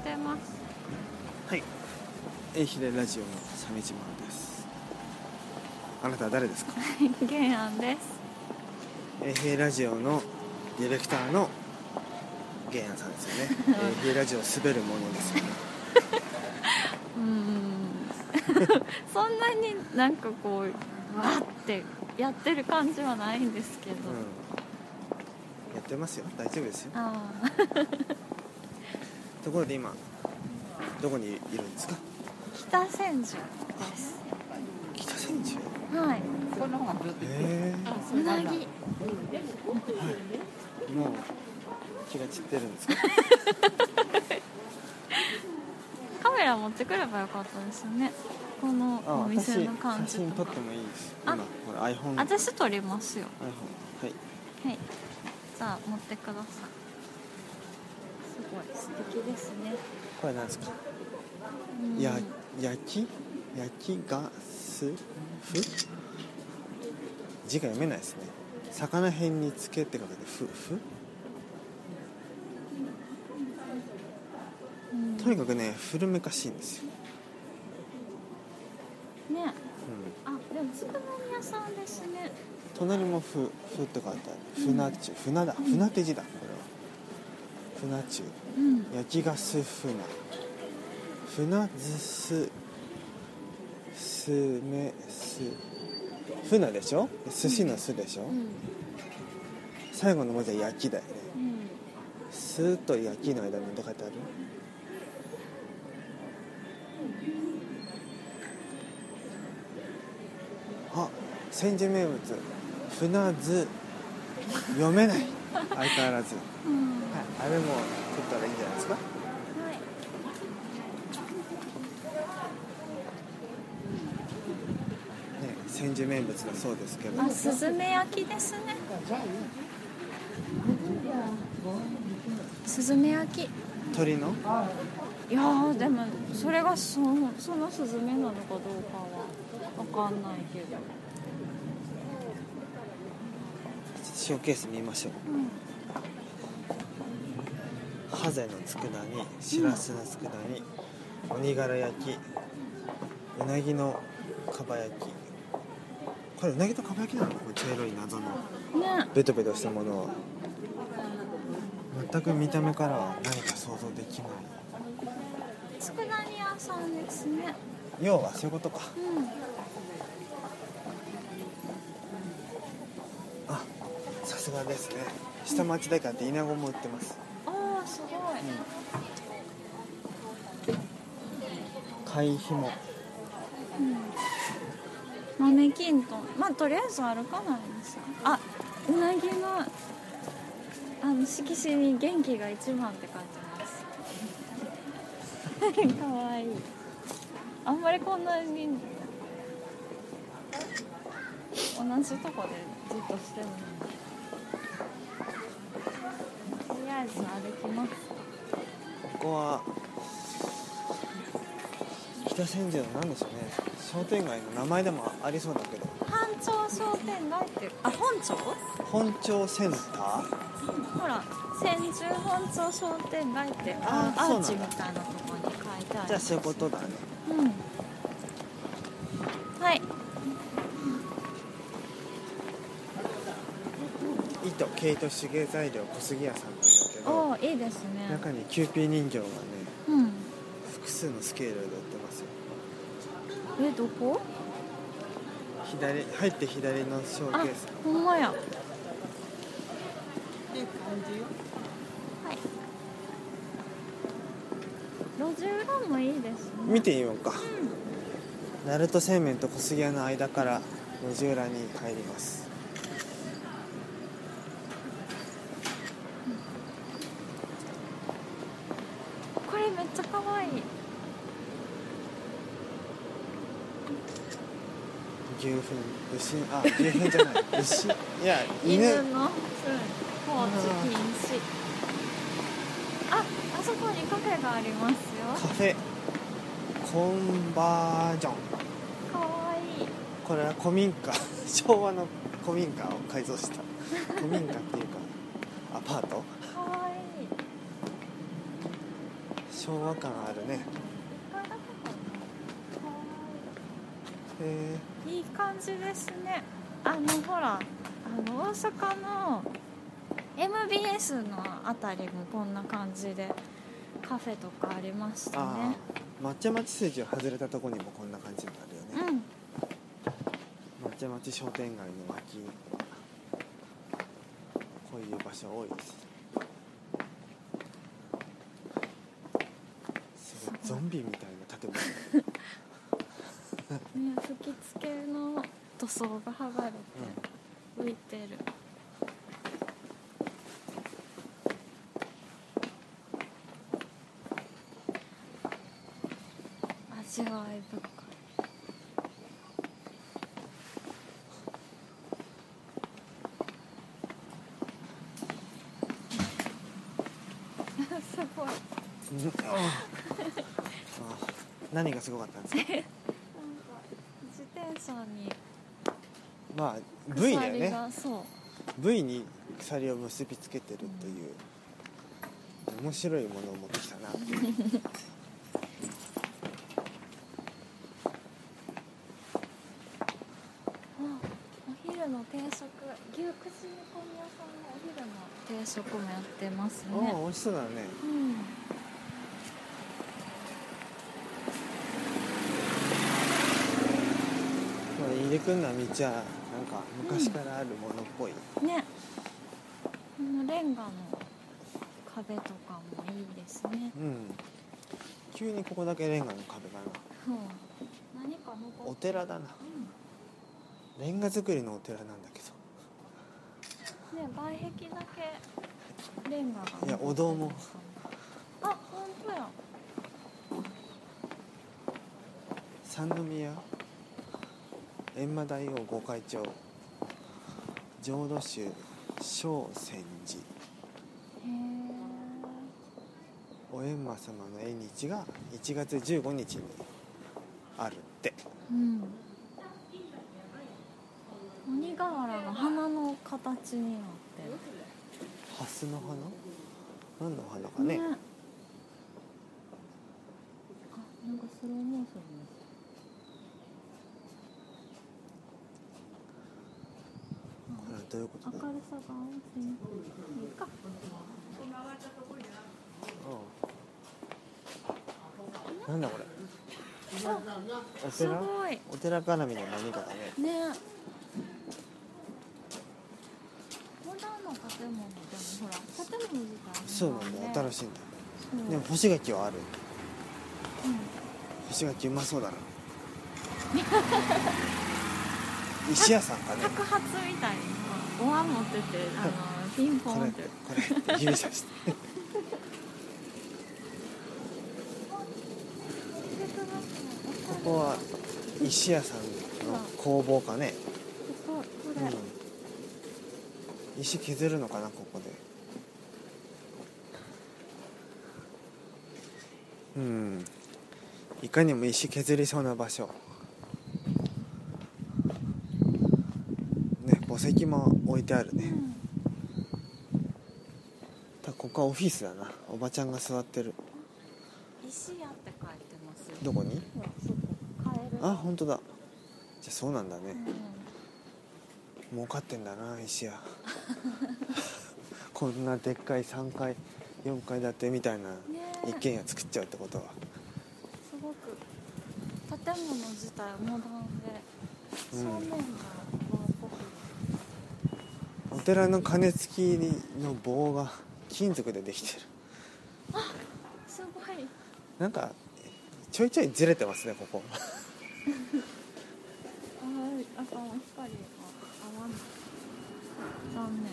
ってます 愛媛ラジオの鮫島ですあなたは誰ですか原案です愛媛ラジオのディレクターの源安さんです よね愛媛ラジオ滑るものですよ ねうーん そんなになんかこうわーってやってる感じはないんですけど、うんやってますよ大丈夫ですよああところで今どこにいるんですか北千住です北千住へはいこの方がずっとえうなぎもう気が散ってるんですかカメラ持ってくればよかったですねこのあお私店写の感じ真撮とっかてもいいですあ今これ iPhone, iPhone 私撮りますよはいはいじゃあ持ってくださいすごい素敵ですねこれなんですかうんや焼き焼きガスふ字が読めないですね魚辺につけって書いてふふうんとにかくね古めかしいんですよ、ねうん、あでもつくだ煮屋さんですね隣もふふって書いてある船中船だ船手字だこれは船中うん焼きガス船船ずすすめす船でしょ寿司のすでしょ、うん最後の文字は焼きだよねうんスーと焼きの間にどう書いてあるあ千住名物船津読めない相変わらず、うんはい、あれも取ったらいいんじゃないですかはいね千住名物だそうですけどあ、すずめ焼きですね。すずめ焼き。い鳥のやー、でも、それがその、そのすずめなのかどうかは。わかんないけど。ショーケース見ましょううん、ハゼの佃煮しらすの佃煮、鬼柄焼きうなぎのかば焼きこれうなぎとかば焼きなのこの茶色い謎のね、ベトベトしたものは全く見た目からは何か想像できない佃煮屋さんですね。要はそういうことかうん、あさすがですね下町だからって稲子も売ってますああ、すごい。貝ひもうん。豆きんとん、まあ、とりあえず歩かないんですよ。あ、うなぎの。あの色紙に元気が一番って書いてます。 かわいい。あんまりこんなに。同じとこでじっとしてるのに。とりあえず歩きます。ここは北千住の何でしょうね商店街の名前でもありそうだけど本町商店街っていう。あ、本町。本町センターほら千住本町商店街ってああーアそうなーんだチみたいなところに書いてあるじゃあそういうことだねうんはい糸毛糸手芸材料小杉屋さんなんだけおどおいいですね中にキューピー人形がねうん複数のスケールで売ってますよえどこ左入って左のショーあケースほんまやはっていう感じよ。い路地裏もいいですね見てみようか鳴門製麺と小杉屋の間から路地裏に入りますこれめっちゃ可愛い牛糞牛あ牛糞じゃない牛 いや犬犬のうん放置禁止ああそこにカフェがありますカよフェコンバージョンかわいいこれは古民家 昭和の古民家を改造した古民家っていうかアパートかわいい昭和感あるねこれだけかなかわえいいいい感じですねあのほらあの大阪の MBS のあたりもこんな感じでカフェとかありましー、たあねあ抹茶町筋を外れたとこにもこんな感じになるよね、うん抹茶町商店街の脇こういう場所多いですすごいゾンビみたいな建物ね、吹き付けの塗装が剥がれて浮いてる、味わい 深いすごいうんああ何がすごかったん ですかなんか自転車にまあ V だよ鎖ねが、そう V に鎖を結びつけてるという面白いものを持ってきたなっていうあお昼の定食牛串煮込み屋さんのお昼の定食もやってますおねお美味しそうだねうんまあ入り組んだ道はなんか昔からあるものっぽい、ねこのレンガの壁とかもいいですねうん急にここだけレンガの壁かなうん何か残おって寺だなうんレンガ造りのお寺なんだけどね外壁だけレンガが残ってるいやお堂もあ本当や三宮閻魔大王御開帳浄土宗小泉寺へえお閻魔様の縁日が1月15日にあるってうん鬼瓦が花の形になってるハスの花何の花かねあなんかスローモーションですこれはどういうこと明るださがろう青いねいいかうんなんだこれおす寺ごいねお寺絡みの何かだねモダンな建物でもほら建物自体もそうなんだ新ししいんだい、うんでも干し柿はあるうん干し柿うまそう だな石屋さんかね白髪みたいにこうお椀持っててあのピンポこンれっこてれ指さしてここは石屋さんの工房かね、こここれ、うん、石削るのかなここでうんいかにも石削りそうな場所ね墓石も置いてあるねうんただここはオフィスだなおばちゃんが座ってる石屋って書いてますよどこにほらそこカエルあん、本当だじゃあそうなんだうねん、儲かってんだな石屋こんなでっかい3階4階建てみたいなねえ一軒家作っちゃうってことはすごく建物自体モダンでうん正面が和っぽくお寺の鐘付きの棒が金属でできてるすごいなんかちょいちょいずれてますねここああと光が合わない残念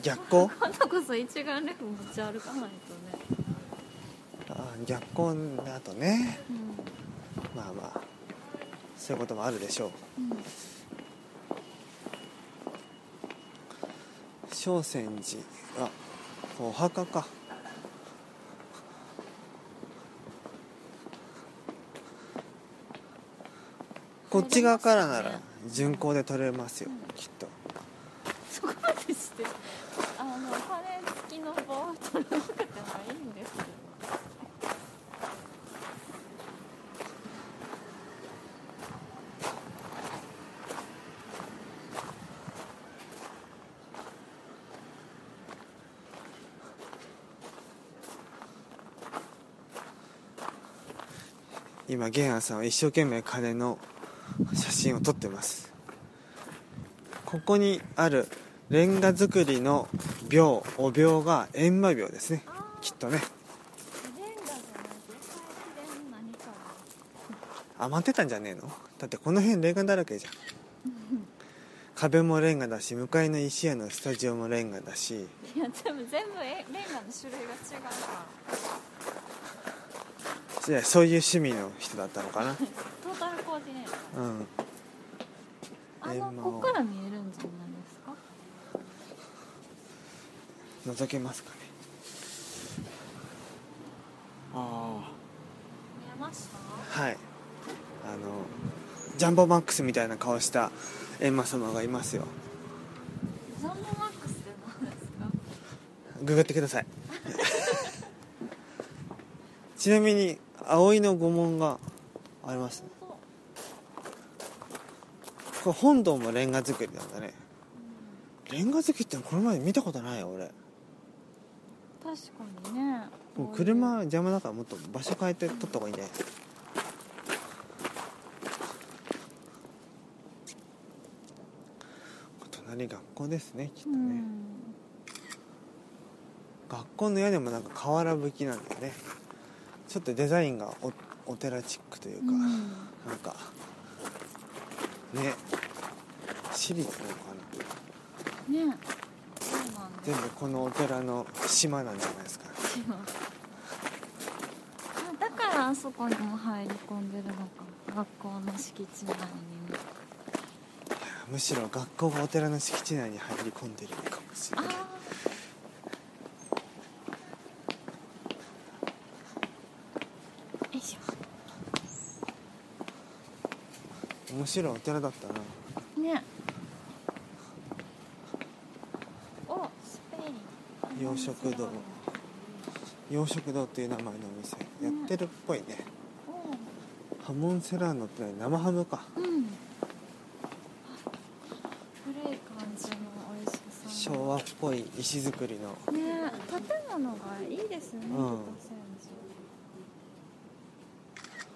逆光今度こそ一眼レフ持ち歩かないとね、あー逆光だとねうまあまあそういうこともあるでしょうんうん、小泉寺あお墓かあこっち側からなら巡航で取れますよきっとそこまでしてあのカレー付きの棒を取らなくてもいいんですけど今ゲンアさんは一生懸命金の写真を撮ってますここにあるレンガ造りの廟お廟が閻魔廟ですねあきっとねレンガじゃなくて最近何か余ってたんじゃねえのだってこの辺レンガだらけじゃん壁もレンガだし向かいの石屋のスタジオもレンガだしいや全部全部えレンガの種類が違うからいやそういう趣味の人だったのかなトータルコーディネートうんあえのーこっから見えるんじゃないですか覗けますかねあ見えましたあはいあのジャンボマックスみたいな顔した閻魔様がいますよジャンボマックスって何ですかググってくださいちなみに葵の御紋がありますねそうこれ本堂もレンガ造りなんだねうレンガ造りってこの前見たことないよ俺ん確かにねもう車邪魔だからもっと場所変えて撮った方がいいんじゃない隣学校ですねきっとうね、ん学校の屋根もなんか瓦葺きなんだよねちょっとデザインがおお寺チックといううか、んなんかね私立なのかなねそうなんです全部このお寺の島なんじゃないですかよあだからあそこにも入り込んでるのか学校の敷地内にもむしろ学校がお寺の敷地内に入り込んでるのかもしれあないーよいし面白いお寺だったなょねおスペイン洋食堂洋食堂っていう名前のお店やってるっぽいねおハモンセラーノって何生ハムかうん古い感じの美味しさ昭和っぽい石造りのね建物がいいですね、うん北千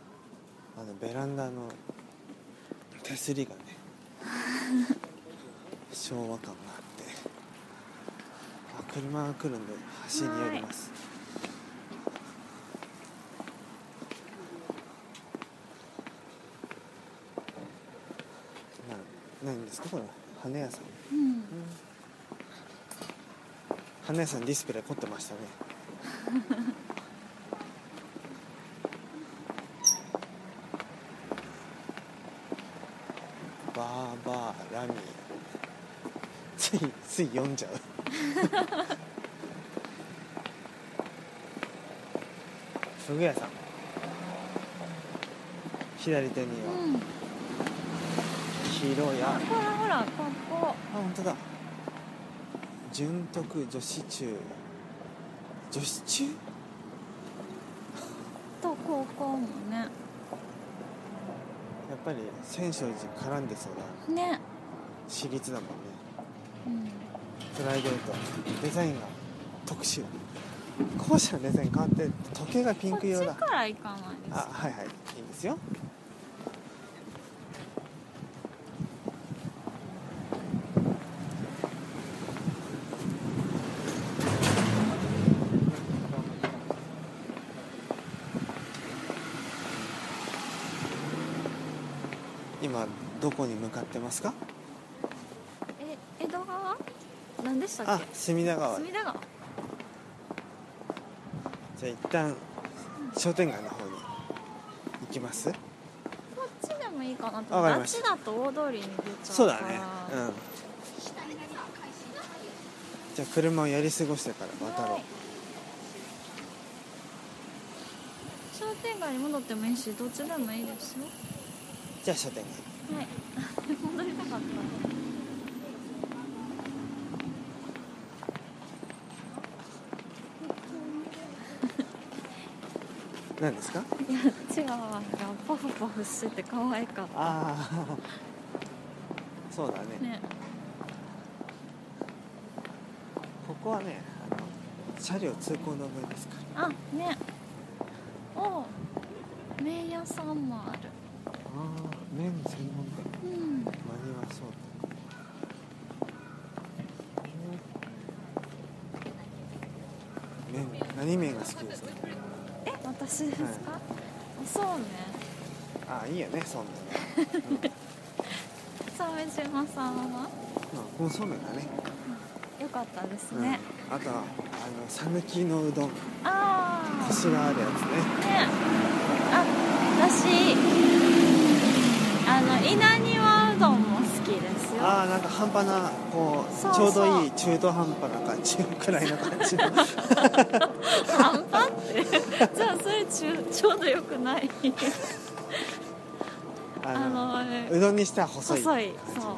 あのベランダの手 すりがね昭和感があってあ車が来るんで橋に寄りますな何ですかこれ花屋さん住うん花屋さんディスプレイ凝ってましたねバーバーラミーついつい読んじゃう ふぐ屋さん左手にはうん広屋あほらほらここ本当だ純徳女子中女子中と高校もねやっぱり千勝寺絡んでそうだね私立だもんねうんプライベートデザインが特殊校舎のデザイン変わって時計がピンこっク色ちだから行かないですあはいはいいいんですよ今どこに向かってますかえ江戸川何でしたっあけ隅田川隅田川じゃあ一旦商店街の方に行きますこっちでもいいかなとわ思かってありまっしちただと大通りに出ちそゃううかだらねうんじゃあ車をやり過ごしてから渡ろはうい商店街に戻ってもいいしどっちでもいいですよじゃあ商店街はい 戻りたかった何ですかいやチワワがポフポフしてて可愛かっああ そうだねたねここはねあの車両通行止めですかあねお麺屋さんもあるらああ麺専門店うん間に合わそう麺何麺が好きですかえ私ですか、そうねああいいよねそうめん ね、うん鮫島さんはまあ、このそうめんがね良かったですね、うん、あとはあの讃岐のうどんああコシがあるやつねねあ私あの稲庭うどんも好きですよああなんか半端なこうそうそうちょうどいい中途半端な感じくらいの感 じの半端ってじゃあそれちゅちょうどよくないああののうどんにしては細い細感いそじのう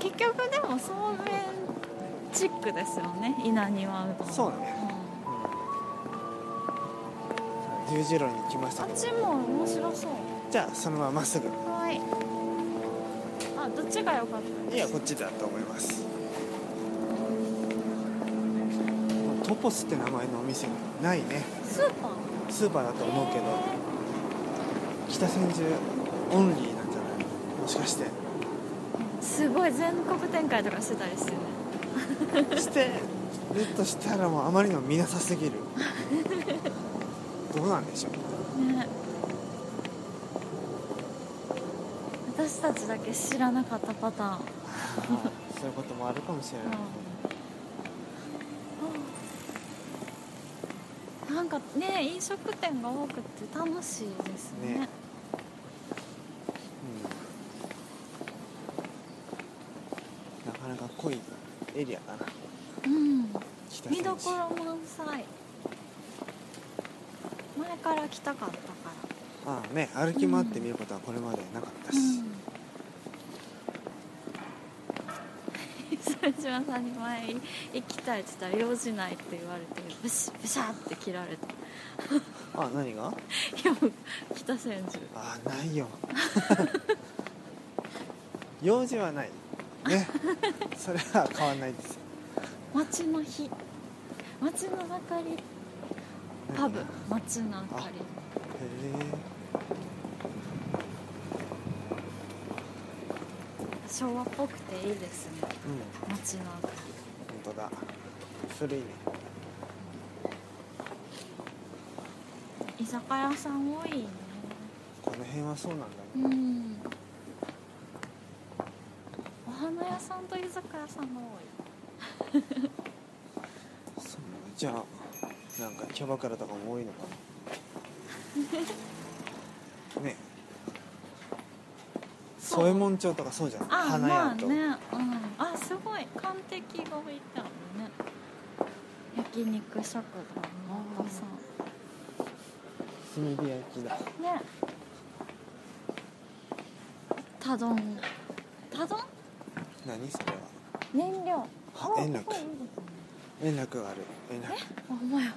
結局でもそうめんチックですよね稲庭うどんそうだねんうん十字路に来ましたあけっどちも面白そうじゃあそのまままっすぐはいあどっちが良かったいやこっちだと思いますトポスって名前のお店ないねスーパースーパーだと思うけど北千住オンリーなんじゃないもしかしてすごい全国展開とかしてたりしてねしてるとしたらもうあまりにも見なさすぎるどうなんでしょうね私たちだけ知らなかったパターンそういうこともあるかもしれない、なんかね飲食店が多くて楽しいですねねうん、なかなか濃いエリアかなうん北千見住どころ満載前から来たかったからああね歩き回って見ることはこれまでなかったし、鮫島さんに前行きたいって言ったら用事ないって言われてブシブシャーって切られたあ何がいや北千住ああないよ 用事はないねそれは変わんないですよ町の日町の明かりパブへ町の明かりえ昭和っぽくていいですねうん町の明か本当だ古いねり居酒屋さん多いねこの辺はそうなんだねうんお花屋さんと居酒屋さんが多そうじゃあなんかキャバクラとかも多いのかなね そう添右衛門町とかそうじゃんいあ花ま屋あと、ね、うん、あすごい完璧が置いてあるね焼肉食堂のお母さん炭火焼きだね多丼多丼何それは燃料あお円楽ここいいですね円楽がある円楽あほんまや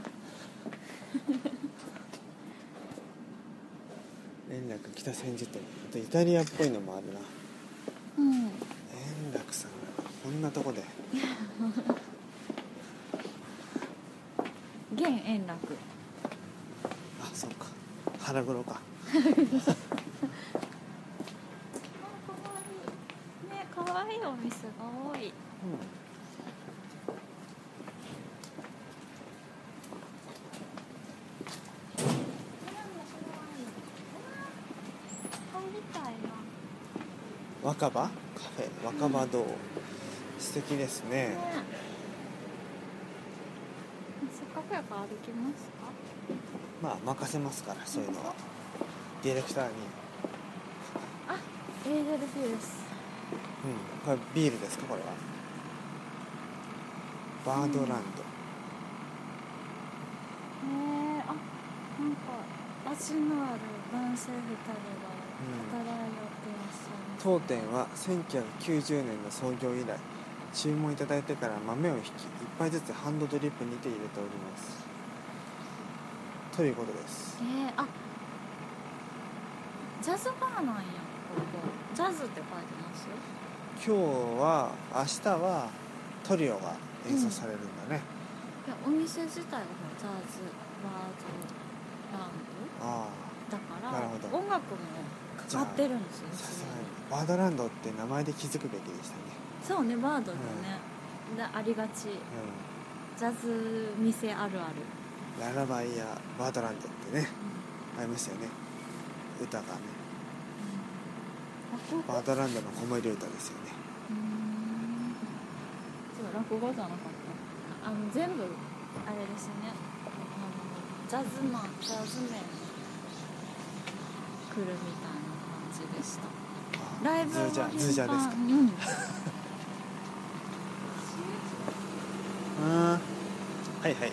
円楽北千住店あとイタリアっぽいのもあるなうん円楽さんこんなとこで現円楽あそうか腹黒かね可愛いお店が多い顔みたいな若葉カフェ若葉堂、素敵ですねねせっかくやから歩きますかまあ任せますからそういうのはディレクターに、エーデルフィルスこれビールですかこれはバードランド、へえあなんかしのある男性2人がう働いんてらっしゃいます当店は1990年の創業以来注文いただいてから豆を引き1杯ずつハンドドリップにて入れておりますということですえー、あジャズバーなんやここジャズって書いてますよ今日は明日はトリオが演奏されるんだね、いやお店自体がもうジャズバーズランあドだなるほかどら音楽もかかってるんですよあさす一緒がににバードランドって名前で気づくべきでしたねそうねバードだね、でありがちジャズ店あるある、うんララバイやバードランドってねありましたよね歌がねうん、落語バードランドの子守歌ですよねうーんそう落語じゃなかっあの全部あれですねあのジャズマンジャズメン来るみたいな感じでしたあライブズージャはーズージャーですか頻繁 うんうんはいはいこっ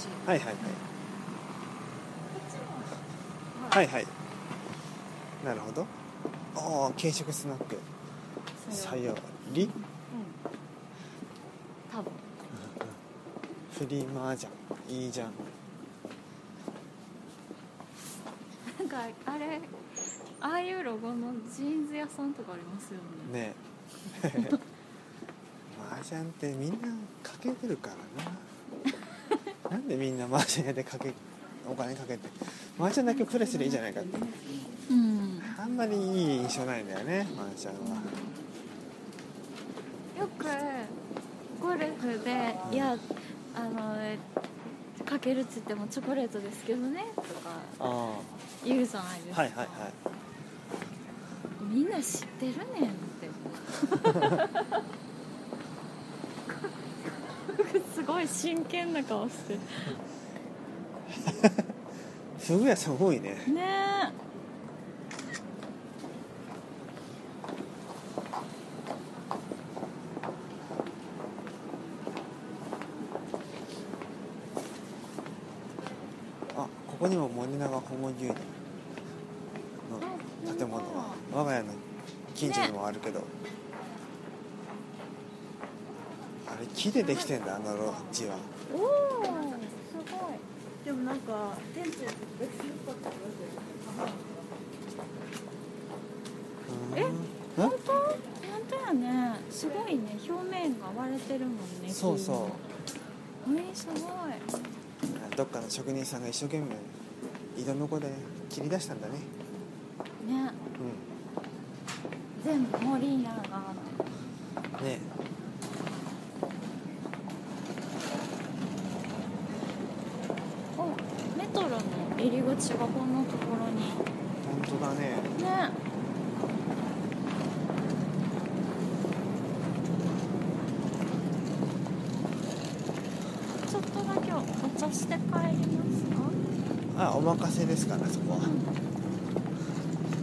ちはいはいはいはいはいなるほどおお軽食スナックそれ採は用りうん多分フリーマージャンいいじゃんなんかあれああいうロゴのジーンズ屋さんとかありますよねね えマージャンってみんなかけてるから ななんでみんなマージャン屋でかけお金かけてマージャンだけプレスでいいじゃないかってうんあんまりいい印象ないんだよねマージャンはよくゴルフで「いやあのかけるっつってもチョコレートですけどね」とかあ言うじゃないですあか、はいはいはいみんな知ってるねんって すごい真剣な顔してすぐやさん多いねねえあここにも森永ホモ牛乳の建物が我が家の近所にもあるけど、あれ木でできてんだあのロッジはおおすごいでもなんか店長えうんん本当本当やねすごいね表面が割れてるもんねそうそ木のえーすごいうどっかの職人さんが一生懸命井戸の子で切り出したんだねねう全部森永がんねおメトロの入り口がこんなところにえ本当だねねちょっとだけお茶して帰りますかあお任せですからそこは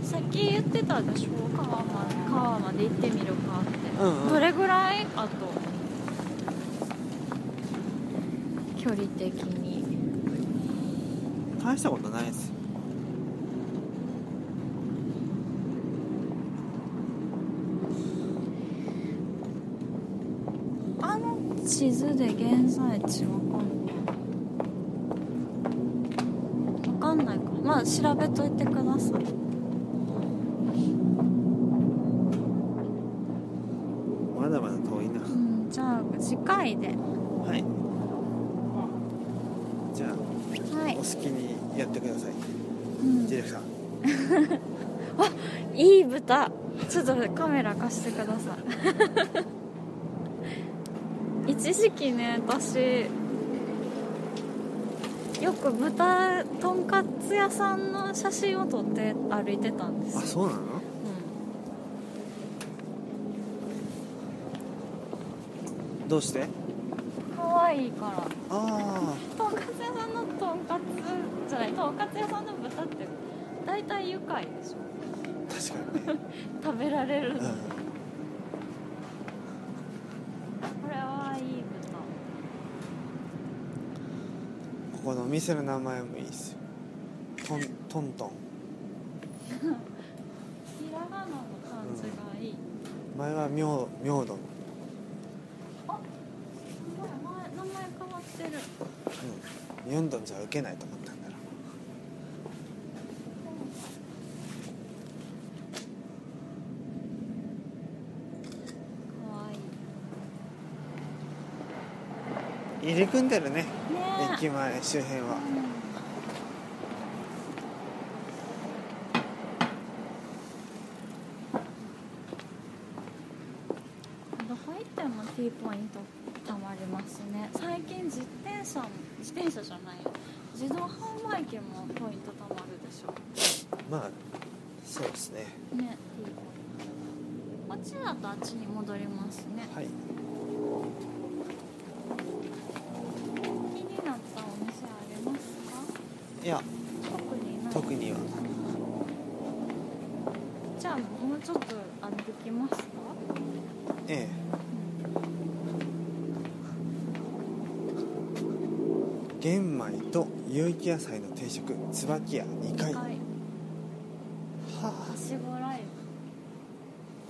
さっき言ってたでしょ川まで川まで行ってみるかって、うんうんどれぐらいあと距離的に大したことないですよあの地図で現在地わかんないわかんないかまあ調べといてくださいまだまだ遠いなうんじゃあ次回ではいじゃあはお好い、きにやってくださいうんジェレフさんいい豚ちょっとカメラ貸してください 一時期ね私よく豚とんかつ屋さんの写真を撮って歩いてたんですあよ、そうなのどうしてうん、かわいいからあとんかつ屋さんのとんかつじゃないとんかつ屋さんの豚って大体愉快でしょあ確 かにね、食べられるの、うんこ、れはいい豚ここのお店の名前もいいですよトントントンひらがなの漢字がいい、前は明明度の、すごい前名前変わってるうん、明度じゃ受けないと思ったんだろかわいいう入り組んでるねねえ駅前周辺はうんどこ行っても T ポイントたまりますね最近自転車も自転車じゃないよ自動販売機もポイントたまるでしょまあそうですねね T ポイントこっちだとあっちに戻りますねはい気になったお店ありますいやか特にない特にはじゃあもうちょっと歩きますか、ええ玄米と有機野菜の定食椿屋2階ははいあはしごライ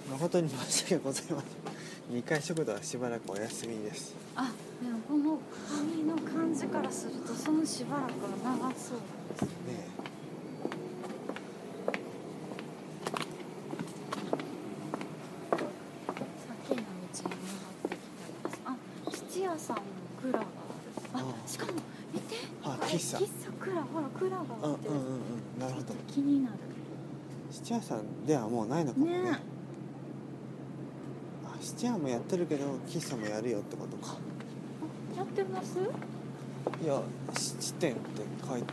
誠に申し訳ございません2階 食堂はしばらくお休みですブあでもこの紙の感じからするとそのしばらくは長そうですねえさっきの道に戻ってきてますあ吉屋さんのクラガーですああしかも見てあこれ喫茶喫茶クラほらクラガうーっんうんてうんうんなるほど気になる七夜さんではもうないのかもねねえあ七夜もやってるけど喫茶もやるよってことかあやってますいや七店って書いて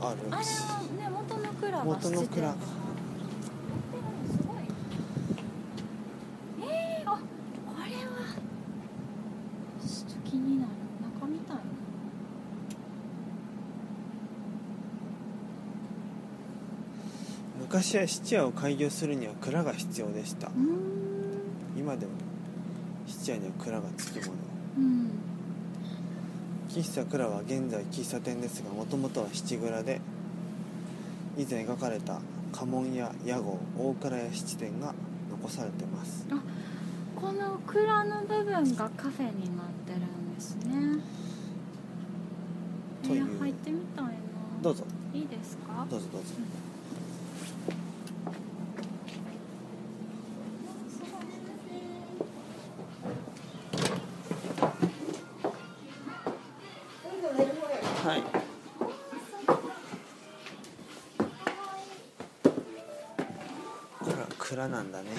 ああれるしはね元のクラガー元のクラ七ガー店ですごいえー、あこれはちょっと気になる中みたいな昔は七夜を開業するには蔵が必要でしたうーん今でも七夜には蔵がつきものうん喫茶蔵は現在喫茶店ですがもともとは七蔵で以前描かれた家紋や屋号大蔵や七店が残されてますこの蔵の部分がカフェになってるんですねといいやう入ってみたいなどうぞいいですかどうぞどうぞはいこれは蔵なんだねね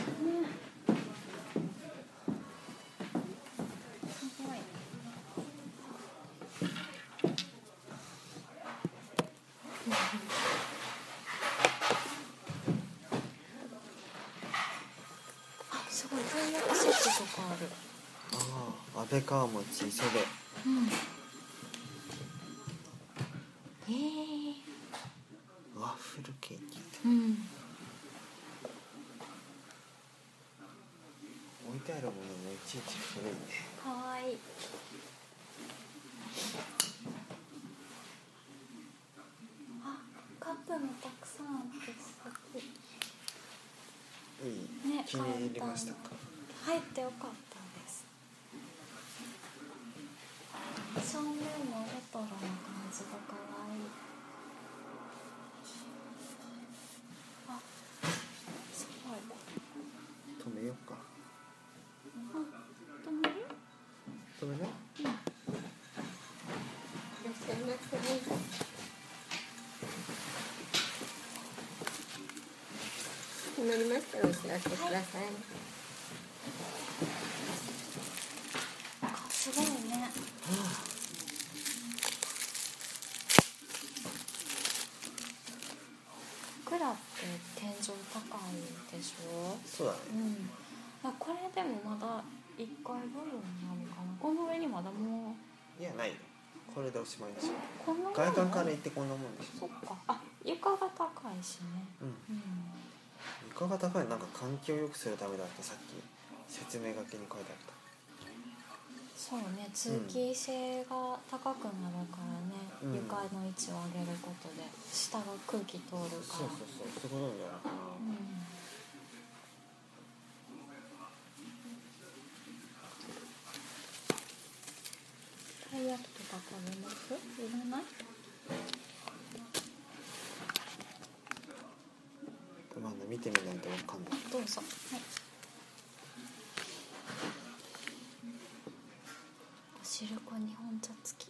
すごいあすごいたい焼きセットとかあるああ安倍川餅磯部うんえーワッフルケーキうん置いてあるものもいちいち古いねかわいいあカップもたくさんあってすごくいい、ね気に入りましたか入ってよかったです正面もレトロな感じがかわいいあすごい止めようかあ止める止めない決まりましたらお知らせください。あすごいねクラって天井高いでしょそうだねうんあこれでもまだ1階部分なのかなこの上にまだもういやないよこれでおしまいでしょこの外観から言ってこんなもんでしそっかあ床が高いしねょうんうん床が高いなんか環境を良くするためだってさっき説明書きに書いてあったそうね通気性が高くなるからね、うん床の位置を上げることで下が空気通るからそうそうそうそういうことなんだよなうんたい焼きとか食べますいらないまだ見てみないとわかんないどうぞはいおしるこ日本茶付き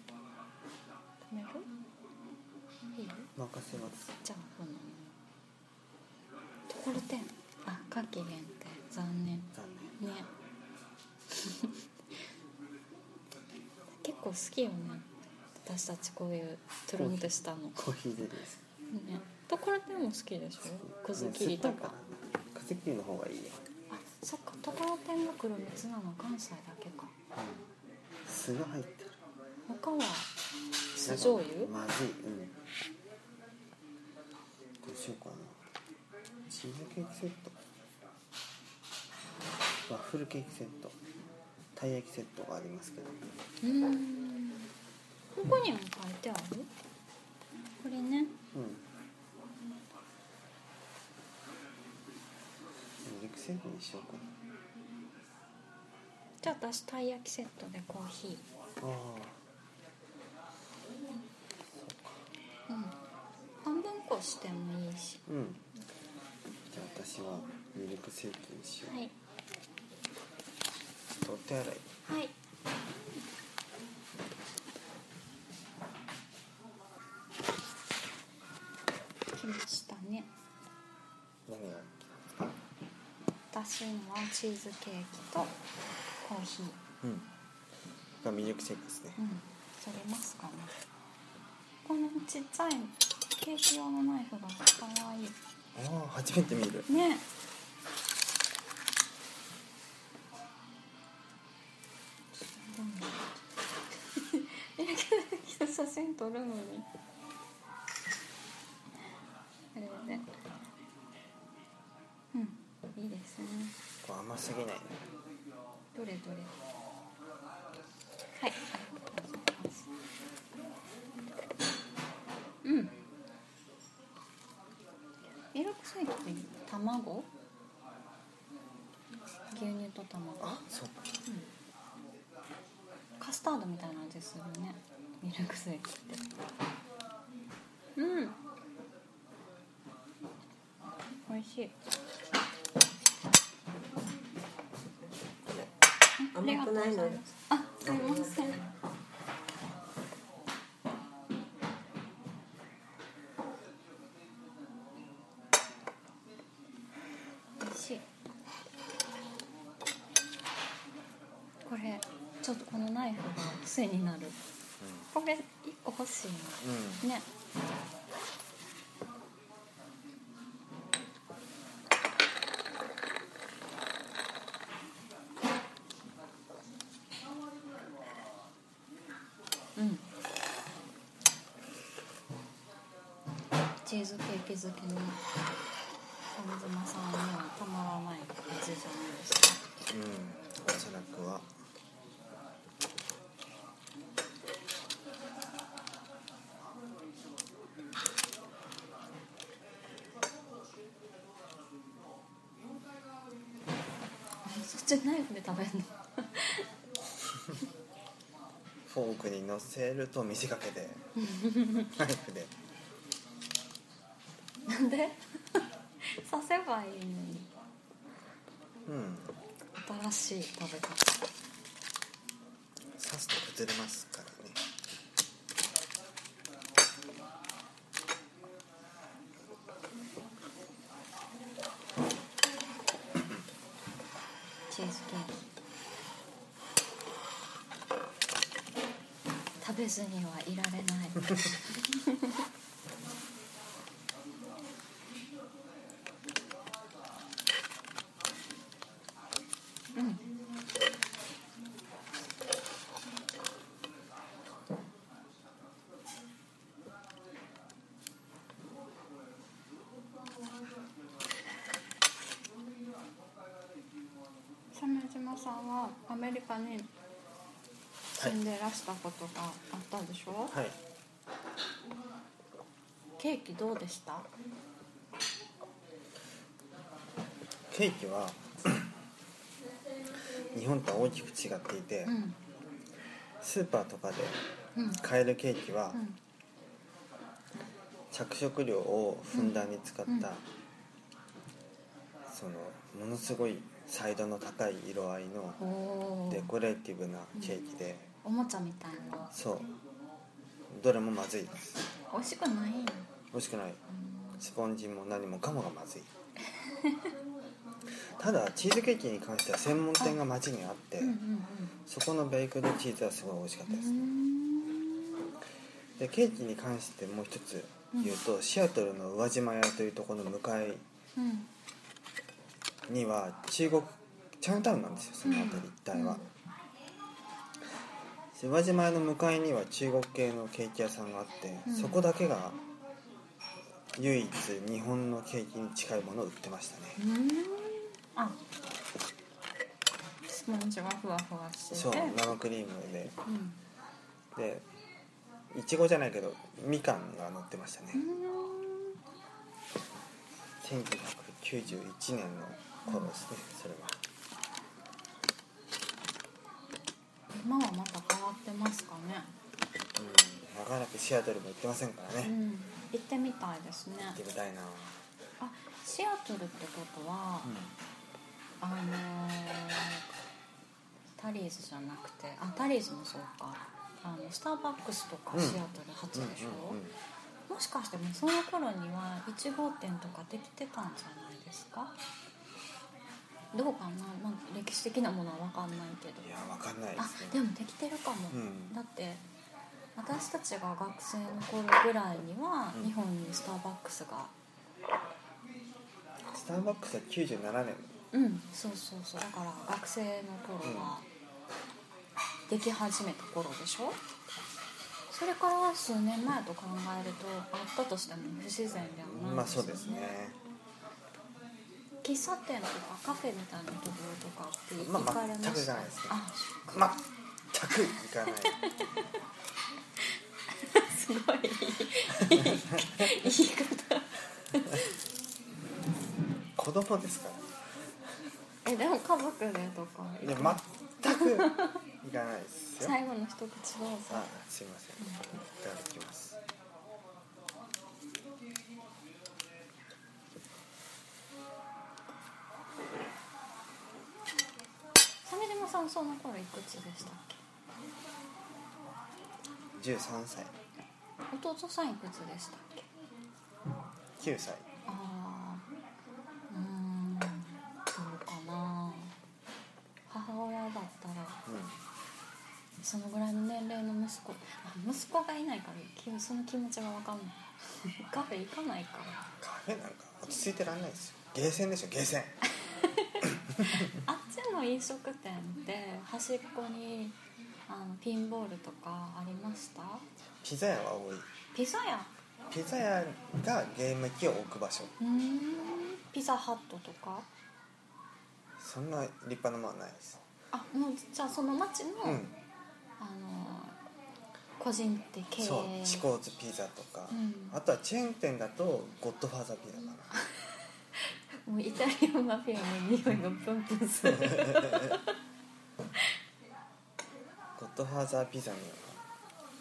止めるいいよ任せますじゃあこのところてんあ夏季限定残念残ね結構好きよね私たちこういうトゥルンとしたのね念コーヒーゼリーですところてんも好きでしょくずきりとね酸かっぱいらくずきりの方がいいよ、あそっかところてんが黒蜜なの関西だけか酢が入ってる他は酢醤油なんかまずいうんどうしようかなチーズケーキセットワッフルケーキセットたい焼きセットがありますけどうーんここにも書いてあるこれねうんでもミルクセットにしようかなじゃあ私たい焼きセットでコーヒーあうん半分こしてもいいしあうんじゃあ私はミルクセットにしよう、はいとお手洗いはい来ましたね何が私のはチーズケーキとコーヒーうんがミルクセットですねうんそれますかねこのちっちゃいケーキ用のナイフがかわいいああ初めて見るねどんなえけど写真撮るのに あれでうんいいですねこれ甘すぎないどれどれはいありがとうございますうんミルクセーキって卵牛乳と卵あそうカスタードみたいな味するねミルクセーキってうん美味しいありが甘とうくごなざいまいのすあすいません美味しいこれちょっとこのナイフが癖になるこれ一個欲しいうん、うんなねうんチーズケーキ好きの鮫島さんにはたまらない味じゃないですかうん、おそらくはそっちナイフで食べるのフォークに乗せると見せかけ てナイフでなんで 刺せばいいのにうん新しい食べ方刺すと崩れますからねチーズケーキ食べずにはいられないうんさんはアメリカに住んでらしたことがあったでしょ、はいケーキどうでしたケーキ は日本とは大きく違っていて、うんスーパーとかでうん買えるケーキは、うん着色料をふんだんに使った、うんうんそのものすごいサイドの高い色合いのおデーコレーティブなケーキで、おもちゃみたいなそうどれもまずいです美味しくない美味しくないスポンジも何もかもがま ずいただチーズケーキに関しては専門店が街にあって、うんうんそこのベイクドチーズはすごい美味しかったうです、んでケーキに関してもう一つ言うと、シアトルの宇和島屋というところの向かいうんには中国チャイナタウンなんですよその辺り一帯は、で宇和島屋の向かいには中国系のケーキ屋さんがあって、うんそこだけが唯一日本のケーキに近いものを売ってましたね、うんあスポンジはふわふわしててそう生クリームでうんでいちごじゃないけどみかんが乗ってましたね、うん1991年の頃ですね、それは今はまた変わってますかねうんなかなかシアトルも行ってませんからね、う行ん行ってみたいですねってみたいな、あシアトルってことは、あのータリーズじゃなくてあタリーズもそうかあのスターバックスとかうんシアトル初でしょ、もしかしてもうその頃には1号店とかできてたんじゃないですかどうかな、まあ、歴史的なものは分かんないけどいやわかんないであすねでもできてるかも、うんだって私たちが学生の頃ぐらいにはうん日本にスターバックスがスターバックスは97年うんそうそうそうだから学生の頃はでき始めた頃でしょそれから数年前と考えるとあったとしても不自然ではなまいあそうですね喫茶店とかカフェみたいなところとかって行まあかれました、全くじゃないですねあそ全く行かないっかすごい言い方子供ですかえでも家族でとからいや全く行かないですよ最後の一口どうぞあすいませんいただきます鮫島さんその頃いくつでしたっけ13歳弟さんいくつでしたっけ9歳ああうーんどうかな母親だったらうそのぐらいの年齢の息子あ息子がいないからきその気持ちが分かんない カフェ行かないからんカフェなんか落ち着いてらんないですよゲーセンでしょゲーセンあっちの飲食店って端っこにあのピンボールとかありましたピザ屋は多いピザ屋ピザ屋がゲーム機を置く場所うーんピザハットとかそんな立派なものはないですあもうじゃあその町の、うんあの個人って経営そうチコーズピザとか、うんあとはチェーン店だとゴッドファーザーピザかなもうイタリアンマフィアの匂いがプンプン するゴッドファーザーピザには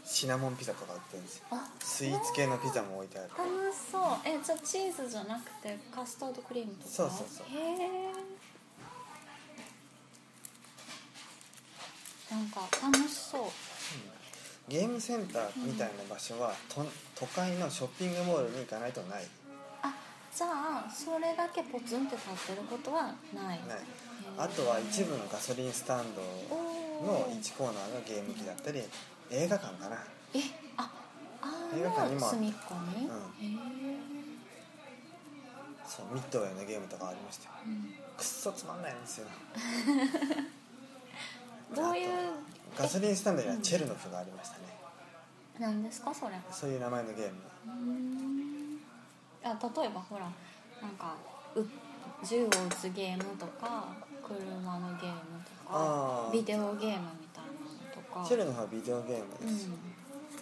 シナモンピザとか売ってるんですよあスイーツ系のピザも置いてある楽しそうえじゃあチーズじゃなくてカスタードクリームとかそうそうそうへえなんか楽しそうゲームセンターみたいな場所は、と都会のショッピングモールに行かないとないあじゃあそれだけポツンって立ってることはないなへいーあとは一部のガソリンスタンおドのー1コーナーがゲーム機だったり映画館かなえああ映画館にのもある隅っこに、うへそうミッドウェイのゲームとかありましたよえ、うんくっそつまんないんですよどういうあとガソリンスタンドにはチェルノフがありましたね、なんですかそれそういう名前のゲームうーんあ例えばほらなんかう銃を撃つゲームとか車のゲームとかあビデオゲームみたいなのとかあチェルノフはビデオゲームうです、ん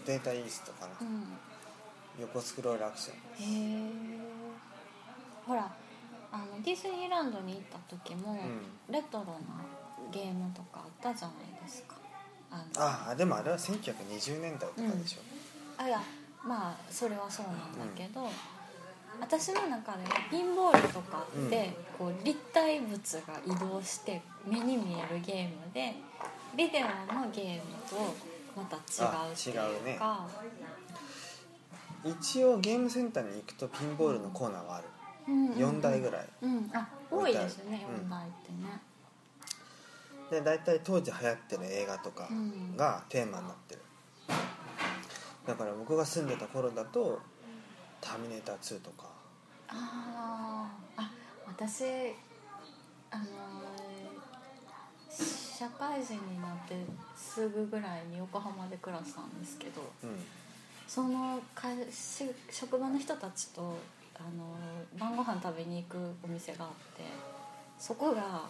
データイーストかな、うん横スクロールアクションへえほらあのディズニーランドに行った時も、んレトロなゲームとかあったじゃないですかあのああでもあれは1920年代とかでしょ、あらまあそれはそうなんだけど、私の中ではピンボールとかって、こう立体物が移動して目に見えるゲームでビデオのゲームとまた違うってあ違ういねうか一応ゲームセンターに行くとピンボールのコーナーがある、うんうんうん4台ぐらいうんあ多いですねう4ん台ってね、で大体当時流行ってる映画とかうんがテーマになってる、だから僕が住んでた頃だと「ターミネーター2」とかあーあ私あのー社会人になってすぐぐらいに横浜で暮らしたんですけどうんそのかし職場の人たちと、あのー晩ご飯食べに行くお店があってそこが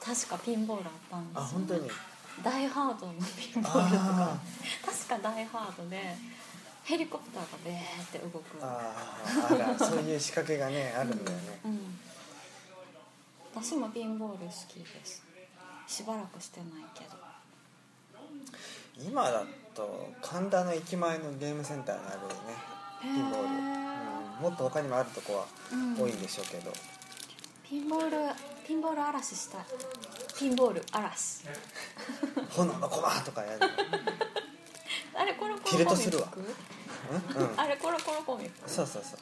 確かピンボールあったんですあよ本当にダイハードのピンボールとかあ確かダイハードでヘリコプターがベーって動くーあーあらそういう仕掛けがねあるんだよねうん、私もピンボール好きですしばらくしてないけど今だと神田の駅前のゲームセンターにあるよねピンボール、うん、もっと他にもあるとこはうん多いんでしょうけ ど、ピンボールピンボール嵐したいピンボール嵐炎の駒とかやる、あれコロコキロレコとミするッわクうんうん、あれコロコロコミッそうそうそう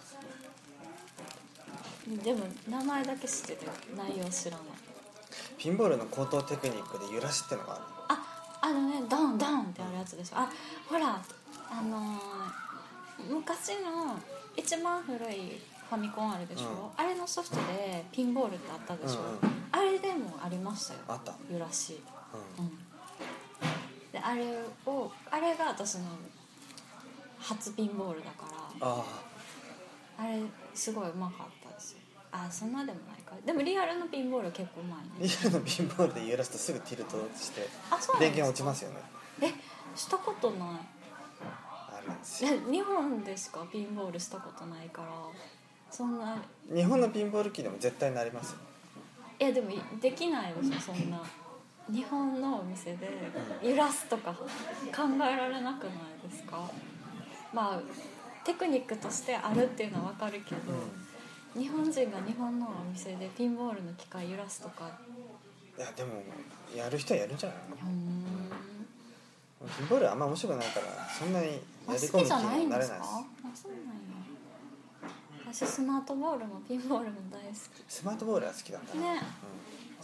クでも名前だけ知ってて内容知らないピンボールの高等テクニックで揺らしってのがあるああのねダンダンってあるやつでしょあほらあのー昔の一番古いファミコンあるでしょ、あれのソフトでピンボールってあったでしょ、うんうんあれでもありましたよあった、揺らし、う、うんであれをあれが私の初ピンボールだからん、ああれすごいうまかったですよあそんなでもないかでもリアルのピンボール結構うまあいねリアルのピンボールで揺らすとすぐティルトしてあそうなん電ですか源落ちますよねえしたことないあるんですいよや日本でしかピンボールしたことないからそんな日本のピンボール機でも絶対なりますよいやでもいできないでしょそんな日本のお店で揺らすとか考えられなくないですかまあテクニックとしてあるっていうのはわかるけど、日本人が日本のお店でピンボールの機械揺らすとかいやでもやる人はやるんじゃないのうーんピンボールあんま面白くないからそんなにあやり好込むき気じゃないにんなでれすなかいあそうなんや私スマートボールもピンボールも大好ですスマートボールは好きだったきねな、うん、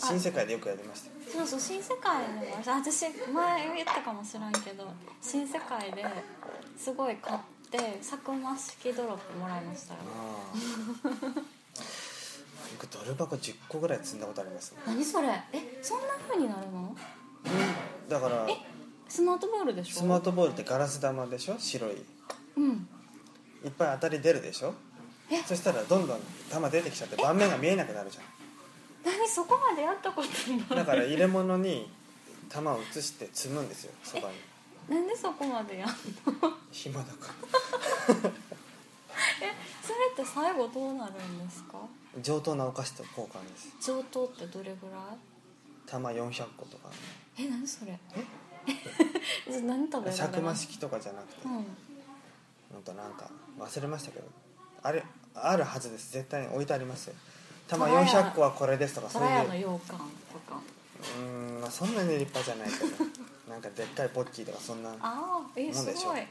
新世界でよくやりましたよそうそう新世界でもあ私前言ったかもしれんけど新世界ですごい買ってサクマ式ドロップもらいましたよあ あ僕ドル箱10個ぐらい積んだことありますね、何それえそんな風になるのうん、だからえスマートボールでしょスマートボールってガラス玉でしょ白いうんいっぱい当たり出るでしょえそしたらどんどん玉出てきちゃって盤面が見えなくなるじゃ何そこまでやったこと んなだいから入れ物に玉を移して積むんですよそばになんでそこまでやんの暇だかえそれって最後どうなるんですから上等なお菓子と交換です上等ってどれぐら玉400個とかいえ何それえ じゃあ何食べられる尺間式とかじゃなくてうほんんとなんか忘れましたけどあれあるはずです絶対に置いてありますよ玉虎屋400個はこれですとかそう虎屋のいう羊羹とかうーんまあそんなに立派じゃないけど なんかでっかいポッキーとかそんなもんああえでしすょごい、うん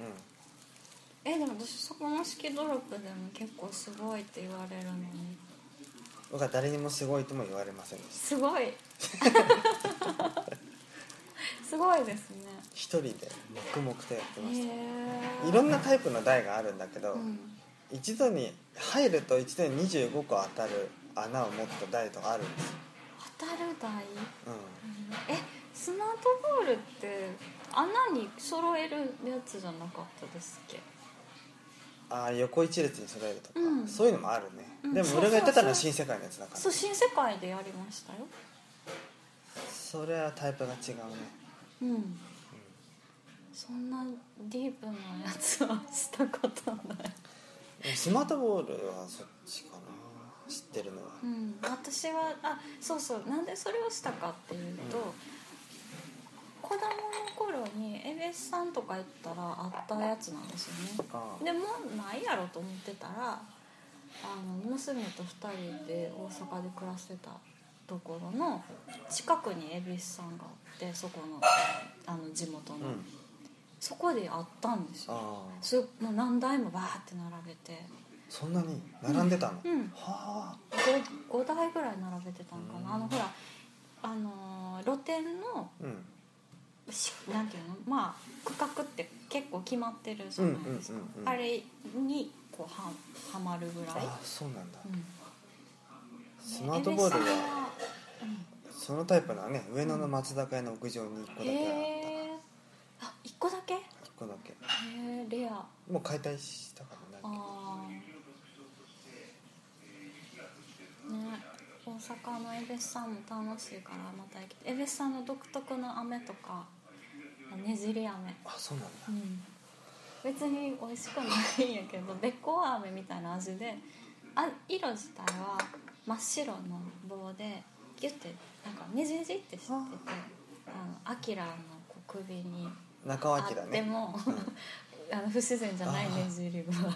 えでも私そこの式ドロップでも結構すごいって言われるのに僕は誰にもすごいとも言われませんでしたすご いすごいですね一人で黙々とやってまへしえたいろんなタイプの台があるんだけど、うん一度に入ると一度に25個当たる穴を持った台とかあるんですよ、当たる台うえスマートボールって穴に揃えるやつじゃなかったですっけん、ああ横一列に揃えるとか、うんそういうのもあるね、うんでも俺がやってたのは新世界のやつだからそう新世界でやりましたよそれはタイプが違うねうんそんなディープなやつはしたことない、でもスマートボールはそっちかな知ってるのはうん、私はあそうそうなんでそれをしたかっていうと、うん子供の頃にエベスさんとか行ったらあったやつなんですよねあでもうないやろと思ってたらあの娘と2人で大阪で暮らしてたところの近くに恵比寿さんがあってそこのあの地元の、うんそこであったんですよああすもう何台もバーって並べて、そんなに並んでたの、うん、は 5, 台ぐらい並べてたのかな、あのほらあのー露店のあうんしなんていうのまあ区画って結構決まってるじゃないですか、うんうんうんうんあれにこうははまるぐらいああそうなんだ、うんスマートボーエルベさんははそのタイプなね上野の松坂屋の屋上に1個だへけあったえあ一個だけへ1個だけえレアもう解体したからあねーね大阪の恵比寿さんも楽しいからまた行きたい恵比寿さんの独特の飴とかねじり飴あそうなんだ、うん別に美味しくないんやけどべっこう飴みたいな味であ色自体は真っ白の棒でギュッてなんかねじねじってしててあのアキラのこう首に中あ脇だってねも、うん あの不自然じゃないねじり具合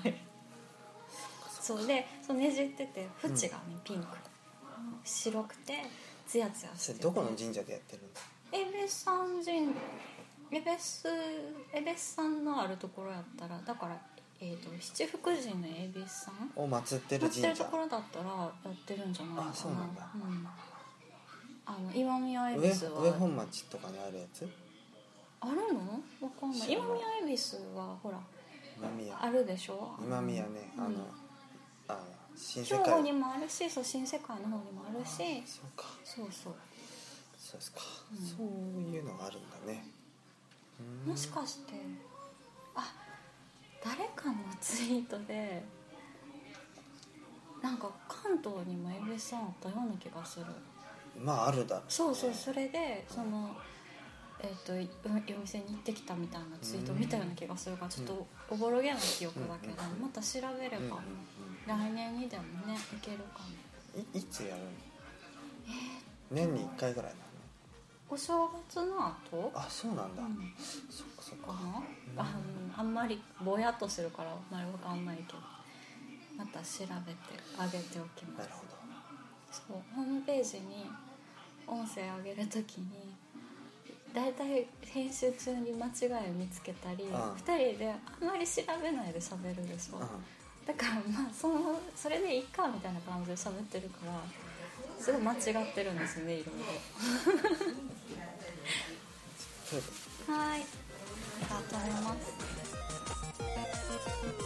そうでそのねじってて縁がね、ピンク白くてツヤツヤしそてれてどこの神社でやってるんだエベさん人エベスエベスさんのあるところやったらだから、えー、と七福神のエベスさんを祀ってるやっ神てる社ところだったらやってるんじゃないかなあそうなんだうんあの岩宮恵上比寿上は本町とかにあるやつあるのわかんない知ら今ない宮恵比寿はほら今宮あるでしょ今宮ねあの、うんあ新世兵界庫にもあるしそう新世界の方にもあるしそうかそうそうそうですか、うんそういうのがあるんだねうんもしかしてあ誰かのツイートでなんか関東にもエビさんあったような気がするまああるだろそうそうそれでそのえっ、といお店に行ってきたみたいなツイートを見たような気がするからちょっとおぼろげな記憶だけどうんまた調べれうんうんば来年にでもねいけるかもうん、いいつやるの、年に1回ぐらいなのお正月の後あそうなんだ、うんそっかそっかかなあのあんまりぼやっとするからあんまりわかんないけどまた調べてあげておきまなるすほどそうホームページに音声上げるときに大体編集中に間違いを見つけたり、ん二2人であんまり調べないで喋るでしょ、うだからまあそのそれでいいかみたいな感じで喋ってるからすごい間違ってるんですねいろいろ。ん、そうですはい。ありがとうございます。